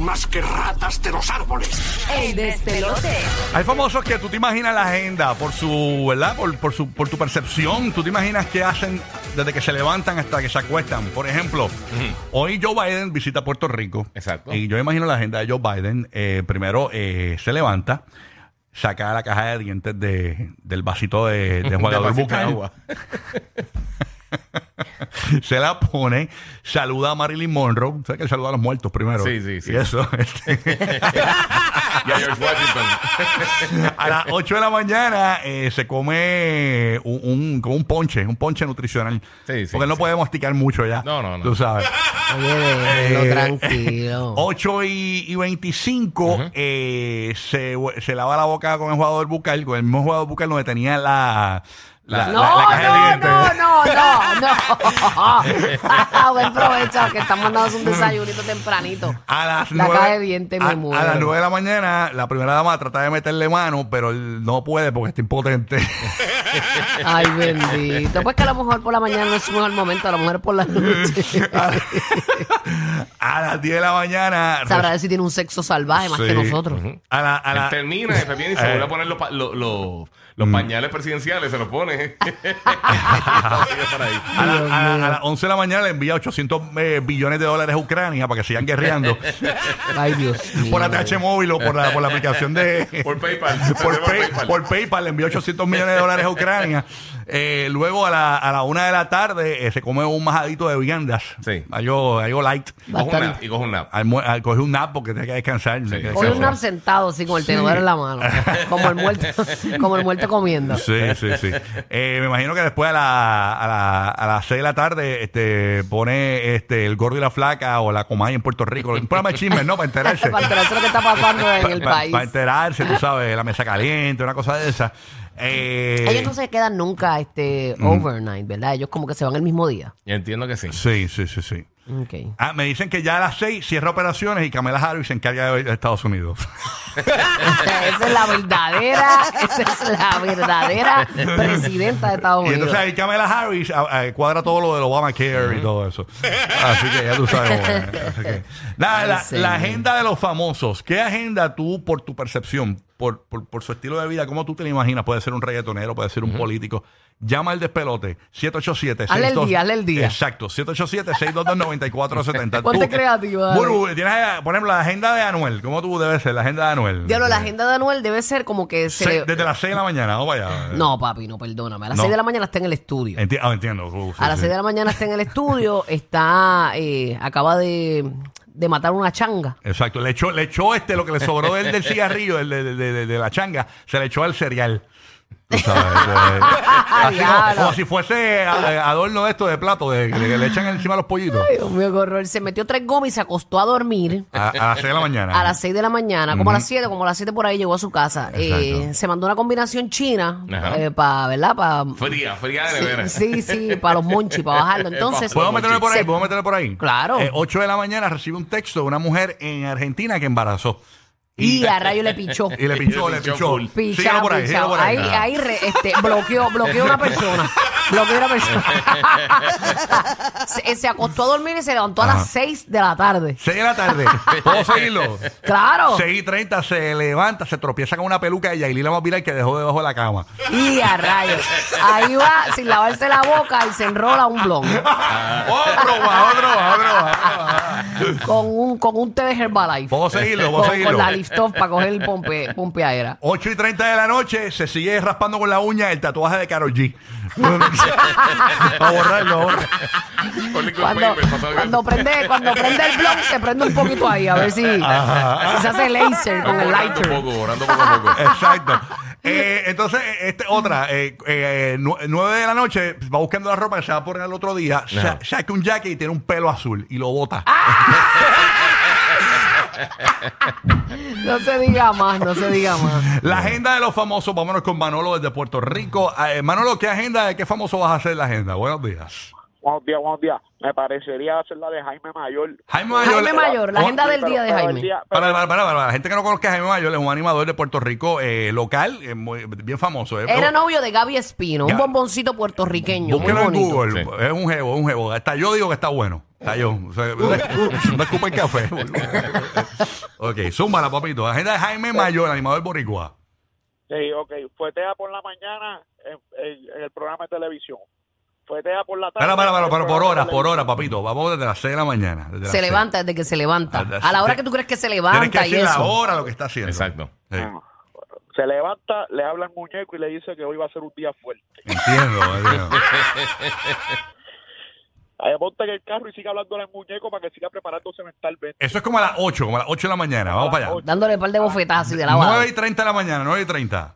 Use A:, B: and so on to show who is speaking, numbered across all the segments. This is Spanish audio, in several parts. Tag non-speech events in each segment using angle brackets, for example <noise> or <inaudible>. A: más que ratas de los árboles.
B: El despelote.
C: Hay famosos que tú te imaginas la agenda por su, ¿verdad? Por, por su, por tu percepción. Tú te imaginas qué hacen desde que se levantan hasta que se acuestan. Por ejemplo, hoy Joe Biden visita Puerto Rico.
D: Exacto.
C: Y yo imagino la agenda de Joe Biden. Eh, primero eh, se levanta, saca la caja de dientes de, del vasito de,
D: <laughs>
C: de
D: De
C: jugador
D: vasito
C: bucal.
D: de agua.
C: se la pone, saluda a Marilyn Monroe. ¿Sabes que él saluda a los muertos primero?
D: Sí, sí, sí.
C: Y eso. <laughs> este,
D: Y a George Washington.
C: <laughs> a las 8 de la mañana eh, se come un, un- como un ponche, un ponche nutricional.
D: Sí, sí,
C: porque él no
D: sí.
C: puede masticar mucho ya.
D: No, no, no.
C: Tú
D: <laughs>
C: sabes.
E: Oye, déjalo
C: Eh,
E: tranquilo.
C: 8 y, y 25 eh, se, se lava la boca con el jugador bucal, con el mismo jugador bucal donde tenía la, la,
E: no,
C: la- la caja de
E: no,
C: dientes.
E: no, no, no,
C: <laughs>
E: no. Buen provecho, que estamos dando un desayunito tempranito.
C: A las
E: La
C: nueve-
E: caja de dientes me
C: a,
E: muero.
C: a las 9 de la mañana, la primera dama trata de meterle mano, pero él no puede porque
E: <laughs>
C: está impotente. <laughs>
E: Ay, bendito. Pues que a lo mejor por la mañana no es su mejor momento, a lo mejor por la
C: <laughs>
E: noche.
C: a las 10 de la mañana.
E: Sabrá si tiene un sexo salvaje más que
C: Sí.
E: nosotros.
C: A la- a
D: Él
C: la- Eh. Mm.
D: termina, después viene y se vuelve a poner los, pa- lo- lo- los pañales presidenciales, se
C: <laughs>
D: los pone. Y por ahí.
C: a la- a la- a las 11 de la mañana le envía 800 eh, billones de dólares a Ucrania para que sigan guerreando
E: Ay, Dios mío.
C: <laughs> por la TH móvil o por la, por la aplicación de...
D: <laughs> Por PayPal.
C: <laughs> por,
D: Se llama
C: Pay- por PayPal le envió 800 millones de dólares a Ucrania. Eh, luego a la, a la una de la tarde eh, se come un majadito de viandas.
D: Sí.
C: Algo, algo light.
D: Y coge un
E: <laughs> Bastante.
D: nap, y coge un nap.
C: Almue- al- Coge un nap porque tiene que descansar. Tiene que
E: Hoy
C: descansar.
E: un absentado así con el tenedor en la mano. Como el muerto,
C: <laughs>
E: como el muerto comiendo.
C: Sí, sí, sí. Eh, me imagino que después a, la, a, la- a las 6 de la tarde este, pone este, el gordo y la flaca o la comay en Puerto Rico. Un programa de chismes, ¿no? Para enterarse.
E: <laughs> <laughs> Para enterarse lo que está pasando en el
C: Pa- pa-
E: país.
C: Para enterarse, tú sabes, la mesa caliente, una cosa de esa. Eh,
E: Ellos no se quedan nunca este
C: Mm.
E: overnight, ¿verdad? Ellos como que se van el mismo día.
D: Yo entiendo que sí.
C: Sí, sí, sí, sí.
E: Ok.
C: Ah, me dicen que ya a las 6 cierra operaciones y Camela Harris se encarga de de Estados Unidos.
E: Esa es la verdadera, <laughs> esa es la verdadera presidenta de Estados
C: Y
E: Unidos.
C: entonces ahí Kamala Harris ah, ah, cuadra todo lo del Obamacare y todo eso. Así que ya tú sabes. bueno, así que- Nada,
E: Ay,
C: la,
E: señor.
C: la agenda de los famosos. ¿Qué agenda tú, por tu percepción, por, por- por su estilo de vida, cómo tú te lo imaginas? Puede ser un reggaetonero, puede ser un político. Llama al despelote. 787
E: Hazle el día, hazle el día.
C: Exacto. 787 622
E: <laughs>
C: 9470
E: Ponte creativo, dale.
C: Bueno, tienes, eh, por ejemplo, la agenda de Anuel. ¿Cómo tú debes ser la agenda de Anuel?
E: Diablo, la agenda de Anuel debe ser como que se
C: Se-
E: le-
C: Desde las 6 de la mañana. Vamos allá.
E: No, papi, no, perdóname. A las
C: No.
E: 6 de la mañana está en el estudio.
C: Enti- ah, entiendo. Uh, sí,
E: a las
C: sí.
E: 6 de la mañana está en el estudio, está, eh, acaba de, de matar una changa.
C: Exacto, le echó, le echó este lo que le sobró del, del cigarrillo, el de, de- de- de la changa, se le echó al cereal. Tú
E: <laughs>
C: sabes, eh, así como,
E: Diablo.
C: como si fuese eh, adorno de esto de plato, de, de que le echan encima los pollitos.
E: Ay, Dios mío, qué horror. Se metió tres gomas y se acostó a dormir.
C: A, a las 6 de la mañana.
E: A las 6 de la mañana, como a las 7, como a las 7 por ahí llegó a su casa. Eh,
C: Exacto.
E: se mandó una combinación china,
D: Ajá.
E: para, ¿verdad? Para
D: Fría, fría de nevera.
E: Sí,
D: <laughs>
E: sí, para los monchis, para
C: <laughs>
E: bajarlo. Entonces,
C: ¿Puedo meterme por ahí?
E: se-
C: ¿Puedo meterme por ahí?
E: Claro.
C: 8 de la mañana recibe un texto de una mujer en Argentina que embarazó.
E: y a rayo le pichó.
C: <laughs> Y le pichó, le
D: Le pichó
C: pichó.
D: full.
C: Síguelo
E: Pichado,
C: por ahí, síguelo
E: pichado.
C: por ahí.
E: Ahí,
C: Ajá.
E: ahí re-
C: <laughs>
E: este, bloqueó, bloqueó una persona. Bloqueó una persona. se, se acostó a dormir y se levantó
C: Ajá.
E: a las 6 de la tarde.
C: 6 de la tarde. ¿Puedo seguirlo?
E: Claro.
C: 6 y 30 se levanta, se tropieza con una peluca de Yailila más viral que dejó debajo de la cama.
E: Y a rayo. Ahí va sin lavarse la boca y se enrola un blon.
C: otro más, otro más, otro más, otro más.
E: Con un, con un té de Herbalife.
C: Puedo seguirlo, puedo
E: Con, con
C: seguirlo.
E: la liftoff para coger el pompe, pompeadera.
C: 8 y 30 de la noche se sigue raspando con la uña el tatuaje de Karol G. a borrarlo, a borrar.
D: Con liquid
E: Cuando,
D: paper, pasado-
E: cuando, prende, cuando prende el
D: <laughs>
E: blog, se prende un poquito ahí, a ver si, si se hace laser con el
D: Borrando un
E: lighter.
D: poco, borrando
C: <laughs>
D: poco a poco.
C: Exacto. Eh, entonces, este, otra, 9 de la noche, va buscando la ropa que se va a poner el otro día, sa- saca un jacket y tiene un pelo azul y lo bota.
E: No se diga más, no se diga más.
C: La agenda de los famosos, vámonos con Manolo desde Puerto Rico. Eh, Manolo, ¿qué agenda, de qué famoso vas a hacer la agenda? Buenos días.
F: Buenos días, buenos días. Me parecería hacer la de Jaime Mayor.
C: Jaime
E: Jaime Mayor, la
C: Oh,
E: agenda del
F: Pero-
E: día de
F: pero el
E: Jaime.
F: día- pero-
C: Para, para, para, para la gente que no conozca a Jaime Mayor, es un animador de Puerto Rico eh, local, eh, muy- bien famoso. eh.
E: Era novio de Gaby Espino, un
C: Ga-
E: bomboncito puertorriqueño. Muy
C: Búsquelo en
E: bonito.
C: Google,
D: Sí.
C: es un jevo, es un
D: <laughs>
C: jevo. Hasta yo digo que está bueno. Está yo. O sea, no escupa el café. ok. Zúmbala, papito. Agenda de Jaime Mayor, animador boricua.
F: Sí, ok. Fuetea por la mañana en, en- en el programa de televisión. Fuetea por la tarde.
C: Espera, espera, espera,
F: en el
C: pero por
F: programa de
C: horas, por
F: televisión.
C: horas, papito. Vamos desde las 6 de la mañana. desde las
E: Se
C: seis.
E: levanta desde que se levanta.
C: Ah,
E: A la hora
C: sí.
E: que tú crees que se
C: Tienes que
E: levanta y
C: decir la
E: eso.
C: hora lo que está haciendo.
D: Exacto.
C: Sí.
F: Ah, Se levanta, le habla al muñeco y le dice que hoy va a ser un día fuerte.
C: Entiendo, entiendo.
F: Ahí ponte en el carro y siga hablándole al muñeco para que siga preparándose mentalmente.
C: Eso es como a las 8, como a las 8 de la mañana. Vamos para allá.
E: Dándole un par de bofetadas así de la hora.
C: 9 y 30 de la mañana, 9 y 30.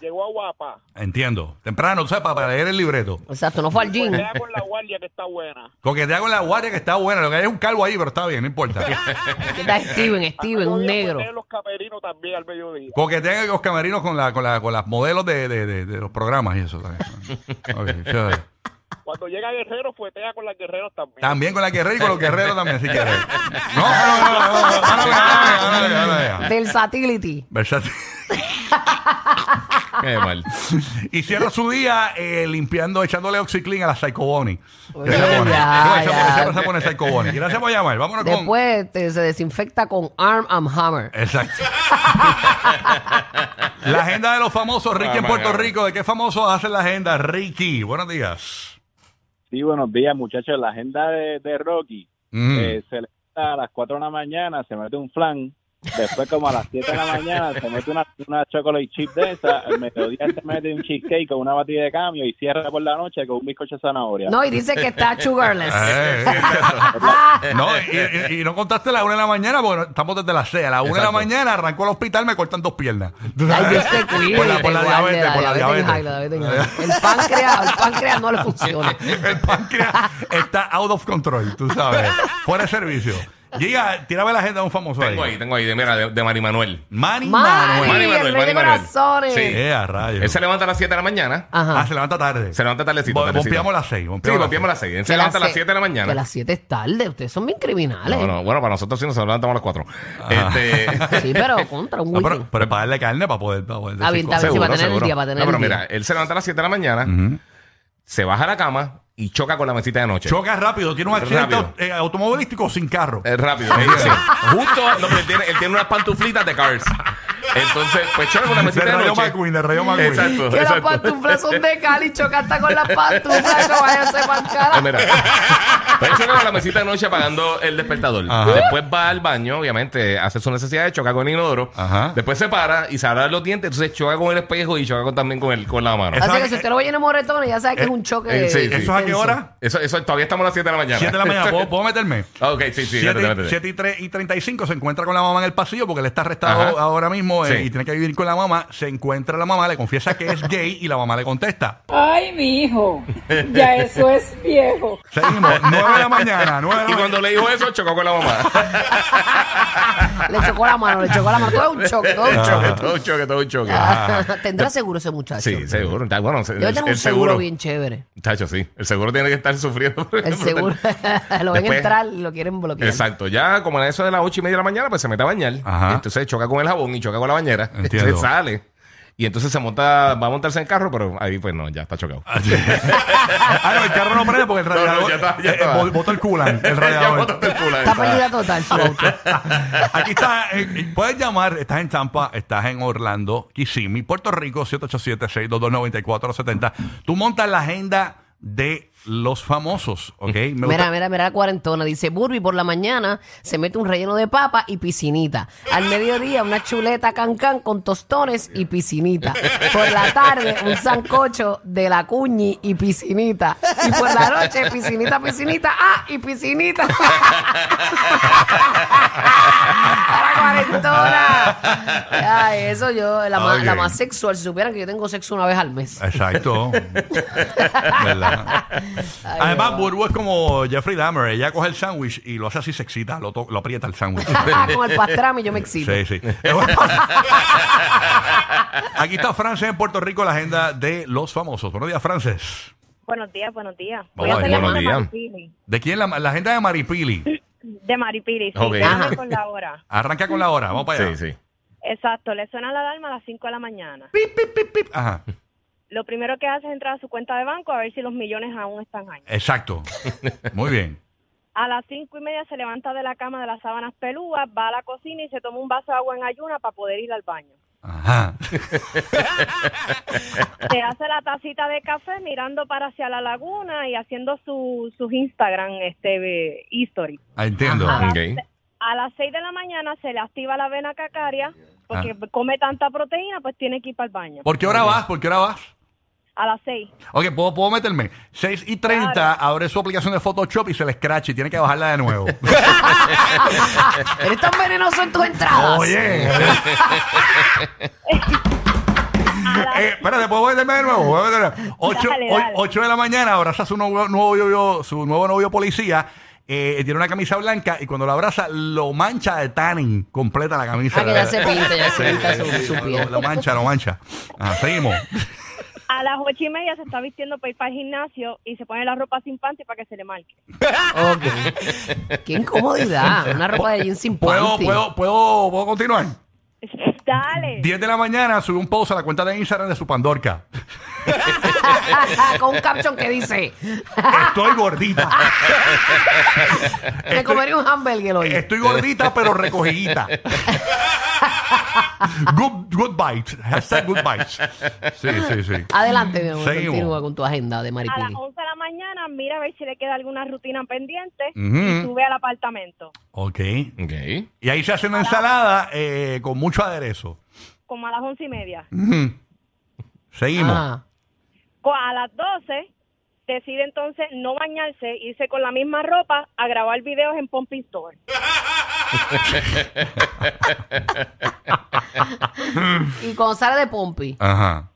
F: Llegó a Guapa.
C: Entiendo. Temprano, tú sabes, para, para leer el libreto.
E: Exacto, no fue al gym.
F: Fuetea con la guardia que está buena.
C: Coquetea con la guardia que está buena. Lo que hay es un calvo ahí, pero está bien, no importa.
E: Está Steven,
F: Al
E: Steven, un
F: mediodía
E: negro.
F: fuetea en los camerinos también al mediodía.
C: Coquetea con los camerinos con, la, con, la, con las modelos de, de, de, de los programas y eso también. Ok, chévere.
F: Cuando llega Guerrero, fuetea con las guerreras también.
C: También con la guerrera y con los guerreros también, si quieres. No, no, no, no, no, no, no, no, no, no, no, no.
E: Versatility.
C: Versátil. <laughs>
D: Qué mal.
C: Y cierra su día eh, limpiando, echándole oxiclin a la Psycho Bonnie.
E: Oye,
C: Que se pone.
E: ya,
C: Se pone- se
E: ya.
C: pone- se pone Psycho Bonnie. Gracias por llamar. Vámonos con.
E: Después te- se desinfecta con Arm and Hammer.
C: Exacto. la agenda de los famosos. Ricky
D: Ah,
C: en Puerto
D: mañana.
C: Rico. ¿De qué famosos hacen la agenda? Ricky, buenos días.
G: Sí, buenos días, muchachos. La agenda de, de Rocky
C: Mm.
G: eh, se le a las 4 de la mañana, se mete un flan. Después, como a las 7 de la mañana, se mete una, una chocolate chip de esa. Al mediodía se mete un cheesecake con una batida de cambio y cierra por la noche con un bizcocho de zanahoria.
E: No, y dice que está sugarless.
C: Eh, <laughs> eh, no, y, y- y no contaste la una de la mañana porque no- estamos desde las seis. A la una de la
D: Exacto.
C: mañana arrancó al hospital, me cortan dos piernas.
E: Ay, Dios te cuide.
C: eh, por la, por la
E: te guarde,
C: diabetes, por la diabetes.
E: ay, la diabetes, ay. El páncreas, el páncreas no le
C: <laughs>
E: funciona.
C: El páncreas <laughs> está out of control, tú sabes. Fuera de servicio. Giga, tírame la agenda de un famoso
D: Tengo ahí, tengo ahí, de, mira, de, de Mari Manuel.
E: Mari,
C: Manny Manuel.
D: Manny
E: el
D: Manuel,
E: rey de
D: Manny Manuel.
E: corazones.
D: Sí.
C: Eh, a rayos.
D: Él se levanta a las 7 de la mañana.
C: Ah,
E: Ajá.
C: se levanta tarde.
D: Se levanta tardecito.
C: Bo-
D: tardecito.
C: bombeamos las seis, bombeamos las
D: Sí, bombeamos las 6. Él se
E: Que
D: levanta a las
E: se-
D: 7 de la mañana.
E: Que a las 7 es tarde. Ustedes son bien criminales.
D: No, no, bueno, para nosotros sí nos levantamos a las 4.
E: Ah. <laughs>
D: Este.
E: Sí, pero contra un
C: <laughs> No,
E: weekend.
C: pero, pero pagarle carne para poder. Para poder
E: Está bien,
C: decir
E: está
C: cosas.
E: bien, sí, va a
D: seguro,
E: tener el
D: seguro.
E: día, va a tener
D: No, pero
E: el día.
D: mira, él se levanta a las 7 de la mañana,
C: Ujú.
D: se baja a la cama y choca con la mesita de noche.
C: Choca rápido, tiene un accidente
D: Rápido.
C: au- eh, automovilístico sin carro.
D: Eh, rápido. eh,
E: <laughs>
D: sí. Justo, no, pero él, tiene, él tiene unas pantuflitas de Cars. Entonces, pues choca con la mesita
C: De
D: de
C: Rayo
D: noche.
C: McQueen, de Rayo McQueen.
D: Exacto,
E: Que las
D: exacto.
E: pantuflas son de Cali, chocata con las pantuflas, no vaya a ser
D: Ah,
E: cara.
D: mira. Pues él choca con la mesita de noche apagando el despertador.
C: Ajá.
D: Después va al baño, obviamente, hace su necesidad, choca con el inodoro.
C: Ajá.
D: Después se para y se abre los dientes, entonces choca con el espejo y choca con- también con, el, con la mano.
C: Esa-
E: Así que si usted lo oye en moretones, ya sabe que es un choque.
D: eh, sí, sí.
C: ¿Eso es a qué
E: intenso.
C: hora?
D: Eso, eso todavía estamos a las 7 de la mañana.
C: 7 Ah. de la
D: <laughs>
C: mañana, ¿puedo, puedo meterme?
D: Ah, Ok, sí, sí, métete, métete.
C: 7 y, 3 y 35 se encuentra con la mamá en el pasillo porque él está arrestado
D: Ajá.
C: ahora mismo eh,
D: Sí.
C: y tiene que vivir con la mamá. Se encuentra la mamá, le confiesa que es gay y la mamá le contesta.
H: Ay, mi hijo, ya eso es viejo.
D: <laughs>
C: Seguimos, 9 de la mañana, 9 de
D: Y
C: la mañana.
D: cuando le dijo eso, chocó con la
C: <laughs>
D: mamá. <laughs>
E: Le chocó la mano, le chocó la mano. Todo es un choque, todo es un
C: Ah.
D: choque,
E: choque.
D: todo un choque, todo un choque.
E: <laughs> Tendrá seguro ese muchacho.
D: Ah. Sí, seguro. Está- Bueno, se-
E: Debe
D: el,
E: tener un
D: el
E: seguro
D: seguro.
E: bien chévere.
D: Chacho, sí. El seguro tiene que estar sufriendo. <laughs>
E: El seguro. <laughs> lo ven
D: Después-
E: entrar y lo quieren bloquear.
D: Exacto. Ya como a eso de las ocho y media de la mañana, pues se mete a bañar.
C: Ajá.
D: Entonces choca con el jabón y choca con la bañera. <laughs>
C: Entiendo.
D: Entonces sale. Y entonces se monta, va a montarse en el carro, pero ahí pues no, ya está chocado.
C: ah, no, el carro no prende porque el
D: No, no,
C: radiador.
D: ya está, ya
C: eh, eh,
D: está.
C: bot- botó el culan, el
D: <laughs> Ya
C: radiador.
D: botaste el culo, ahí
E: Está
D: está.
E: perdida total
D: Ah.
E: su auto.
C: Aquí está, eh, puedes llamar, estás en Tampa, estás en Orlando, Kissimmee, Puerto Rico, 787-622-9470. Tú montas la agenda de los famosos, ¿ok? Me gusta-
E: Mira, mira, mira la cuarentona. Dice, Burby por la mañana se mete un relleno de papa y piscinita. Al mediodía una chuleta cancán con tostones y piscinita. Por la tarde un sancocho de la cuñi y piscinita. Y por la noche piscinita, piscinita, ah, y piscinita. <laughs> Para cuarentona. Ay, eso yo, la, más,
C: Ok.
E: la más sexual. Si supieran que yo tengo sexo una vez al mes. <laughs>
C: Exacto. ¿Verdad? Además, Burbu es como Jeffrey Dahmer. Ella coge el sándwich y lo hace así, se excita, lo, to- lo aprieta
E: <laughs>
C: el sándwich.
E: Con el pastrami yo me excito.
C: sí, sí. Aquí está Frances en Puerto Rico, la agenda de los famosos. Buenos días, Frances.
I: Buenos días, buenos días.
C: Vamos a ver,
I: hacer la
D: buenos días.
I: llamada Maripili,
C: ¿De quién? La, la agenda de Maripili.
I: de Maripili, sí,
D: Ok.
I: déjame
E: Ajá.
I: con la hora.
C: Arranca con la hora, vamos para allá.
D: Sí, sí.
I: Exacto, le suena la alarma a las 5 de la mañana.
C: Ajá,
I: Lo primero que hace es entrar a su cuenta de banco a ver si los millones aún están ahí.
C: exacto. Muy bien.
I: A las cinco y media se levanta de la cama de las sábanas pelúas, va a la cocina y se toma un vaso de agua en ayuna para poder ir al baño.
C: Ajá.
D: <laughs>
I: Se hace la tacita de café mirando para hacia la laguna y haciendo su- sus Instagram este eh, history.
C: Ah, entiendo.
E: Ajá.
D: Ok.
I: A las seis de la mañana se le activa la vena cacaria porque come tanta proteína, pues tiene que ir para el baño.
C: Ah. ¿Por qué hora vas? ¿Por qué hora vas?
I: A las seis.
C: Ok, ¿puedo, puedo meterme. 6 y 30,
I: Claro.
C: abre su aplicación de Photoshop y se le scratch y tiene que bajarla de
I: <laughs>
C: nuevo.
E: Ah, Eres tan venenoso en tus entradas.
C: Oye. eh, <laughs>
I: A las-
C: Eh, espérate, ¿puedo meterme de nuevo? ¿Puedo meterme de nuevo? Ocho-
I: Dale,
C: o-
I: dale.
C: ocho de la mañana abraza a su nuevo, nuevo novio, su nuevo novio policía. eh, tiene una camisa blanca y cuando lo abraza lo mancha de tanning completa la camisa.
E: Ah, que ya se pinta, ya se
C: Sí,
E: pinta
C: sí,
E: su,
C: sí,
E: su
C: lo-
E: piel.
C: Lo mancha, lo mancha. Ah, seguimos.
I: a las ocho y media se está vistiendo para ir para el gimnasio y se pone la ropa sin panty para que se le marque.
C: <laughs>
E: Ok. Qué incomodidad. Una ropa de jeans sin
C: ¿Puedo,
E: panty.
C: puedo, puedo, puedo continuar?
I: Dale.
C: 10 de la mañana sube un post a la cuenta de Instagram de su Pandorca.
E: <laughs>
I: <laughs>
E: Con un caption que dice,
C: Estoy gordita. Este
E: me comería un hamburger hoy.
C: Estoy gordita, pero
D: <laughs>
C: recogidita. Good, good bites. Hashtag good bites. Sí, sí, sí.
E: Adelante, mi amor.
C: Seguimos.
E: Continúa con tu agenda de
I: a las
E: Maripili.
I: 11 de la mañana mira a ver si le queda alguna rutina pendiente
C: Ujú.
I: y sube al apartamento.
C: Ok.
D: Ok.
C: Y ahí se hace una ensalada eh, con mucho aderezo.
I: Como a las once y media.
C: Ujú. Seguimos.
E: Ah,
I: Co- A las 12 decide entonces no bañarse, irse con la misma ropa a grabar videos en Pompey Store.
E: Y cuando sale de Pompi.
C: Ajá.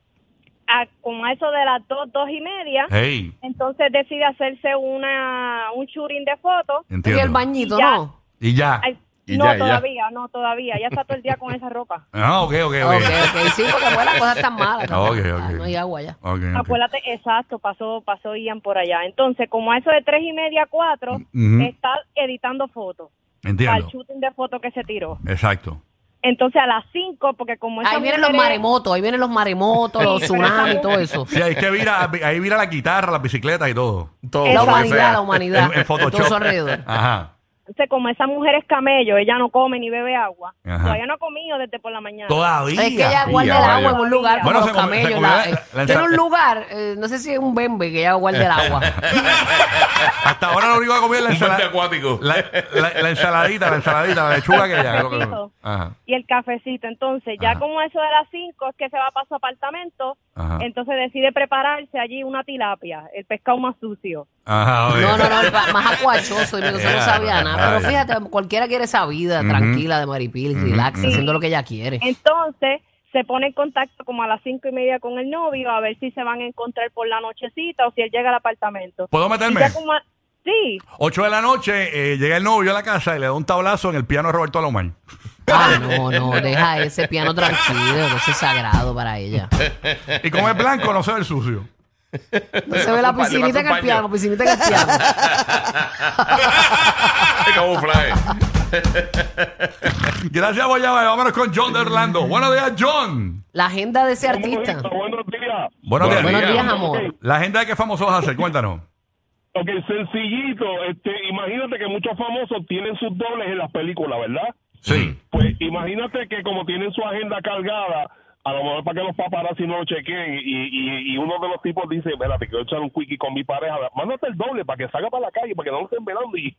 I: A- como a eso de las 2, 2 y media,
C: Hey,
I: entonces decide hacerse una un shooting de fotos.
E: Y el
C: entiendo.
E: bañito,
I: Ya.
E: ¿no?
C: Y ya.
I: Ay,
D: Mm. Y
I: no,
D: ya, y ya.
I: todavía, no, todavía. Ya está todo el día con
D: <laughs>
I: esa ropa.
C: Ah, ok, ok,
E: Ok,
C: ok.
E: ok. Sí, porque fue la cosa tan mala. tan
C: Ok,
E: mala.
C: ok.
E: Ah, No hay agua ya.
C: Ok, ok.
I: Acuérdate, exacto, pasó, pasó Ian por allá. Entonces, como a eso de tres y media, cuatro,
D: Mm,
C: Ujú.
I: está editando fotos. Al
C: Entiendo.
I: shooting de fotos que se tiró.
C: Exacto.
I: Entonces, a las cinco, porque como esas
E: Ahí vienen los
I: mujeres-
E: maremotos, ahí vienen los maremotos, los
I: Sí, pero esa
E: tsunamis, todo eso.
C: Sí, ahí es que vira, ahí vira la guitarra, las bicicletas y todo.
D: Todo
I: La
E: La
D: lo que
E: humanidad,
D: sea.
E: la humanidad.
C: En, en
E: Todo su
C: Photoshop.
E: alrededor.
C: Ajá.
I: Entonces, como esa mujer es camello, ella no come ni bebe agua.
C: Ajá.
I: Todavía no ha comido desde por la mañana.
C: Todavía.
E: Es que ella guarda el
D: vaya.
E: agua en un lugar como
C: Bueno,
E: los
C: se comió- se
E: camellos.
C: comió
E: la-
C: la-
E: eh,
C: la
E: tiene
C: ensa-
E: un lugar, eh, no sé si es un bembe que ella guarda el agua.
C: <laughs> Hasta ahora lo único que comí es la,
D: Un
C: ensala-
D: puente acuático.
C: la, la- la ensaladita, la ensaladita, la lechuga que ya.
I: Cafecito.
C: Ajá.
I: Y el cafecito. Entonces, ya
C: Ajá.
I: como eso de las cinco es que se va para su apartamento,
C: Ajá.
I: entonces decide prepararse allí una tilapia, el pescado más sucio.
C: Ajá, oye.
E: No, no, no, el pa- más acuachoso. Y me dijo, "Eso no
C: Ya,
E: sabía
C: ya,
E: nada.
C: ya.
E: Pero fíjate, cualquiera quiere esa vida tranquila de Maripili, relax, haciendo lo que ella quiere.
I: Entonces, se pone en contacto como a las cinco y media con el novio a ver si se van a encontrar por la nochecita o si él llega al apartamento.
C: ¿Puedo
I: Y
C: meterme?
I: ya como a- Sí,
C: 8 de la noche, eh, llega el novio a la casa y le da un tablazo en el piano a Roberto Alomar.
E: Ah, no, no, deja ese piano tranquilo, que eso es sagrado para ella.
C: Y como es blanco, no se ve el sucio.
E: No se ve la
D: Le pasa un
E: piscinita en el
D: paño.
E: piano, piscinita en el piano.
D: Es <laughs> camuflaje.
C: Gracias, Boyaba. Vámonos con John de Orlando. Buenos días, John.
E: La agenda de ese artista.
J: pues, Buenos días.
C: Buenos días.
E: Buenos días, amor.
J: Ok,
C: La agenda de qué famosos hace, cuéntanos.
J: ok, sencillito. Este, imagínate que muchos famosos tienen sus dobles en las películas, ¿verdad?
C: Sí.
J: Pues imagínate que como tienen su agenda cargada, a lo mejor para que los paparazzi no lo chequen y, y- y uno de los tipos dice, espérate, quiero echar un quickie con mi pareja, mándate el doble para que salga para la calle, para que no lo estén velando y...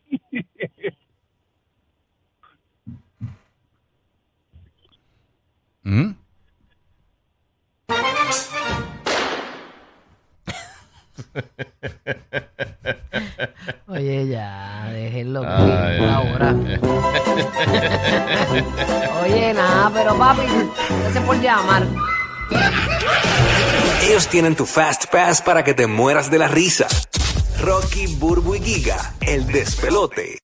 C: ¿Mm?
E: Oye, ya, déjenlo
D: Ay,
E: quieto ahora. Oye, nada, pero papi, gracias por llamar.
K: Ellos tienen tu Fast Pass para que te mueras de la risa. Rocky, Burbu y Giga, el despelote.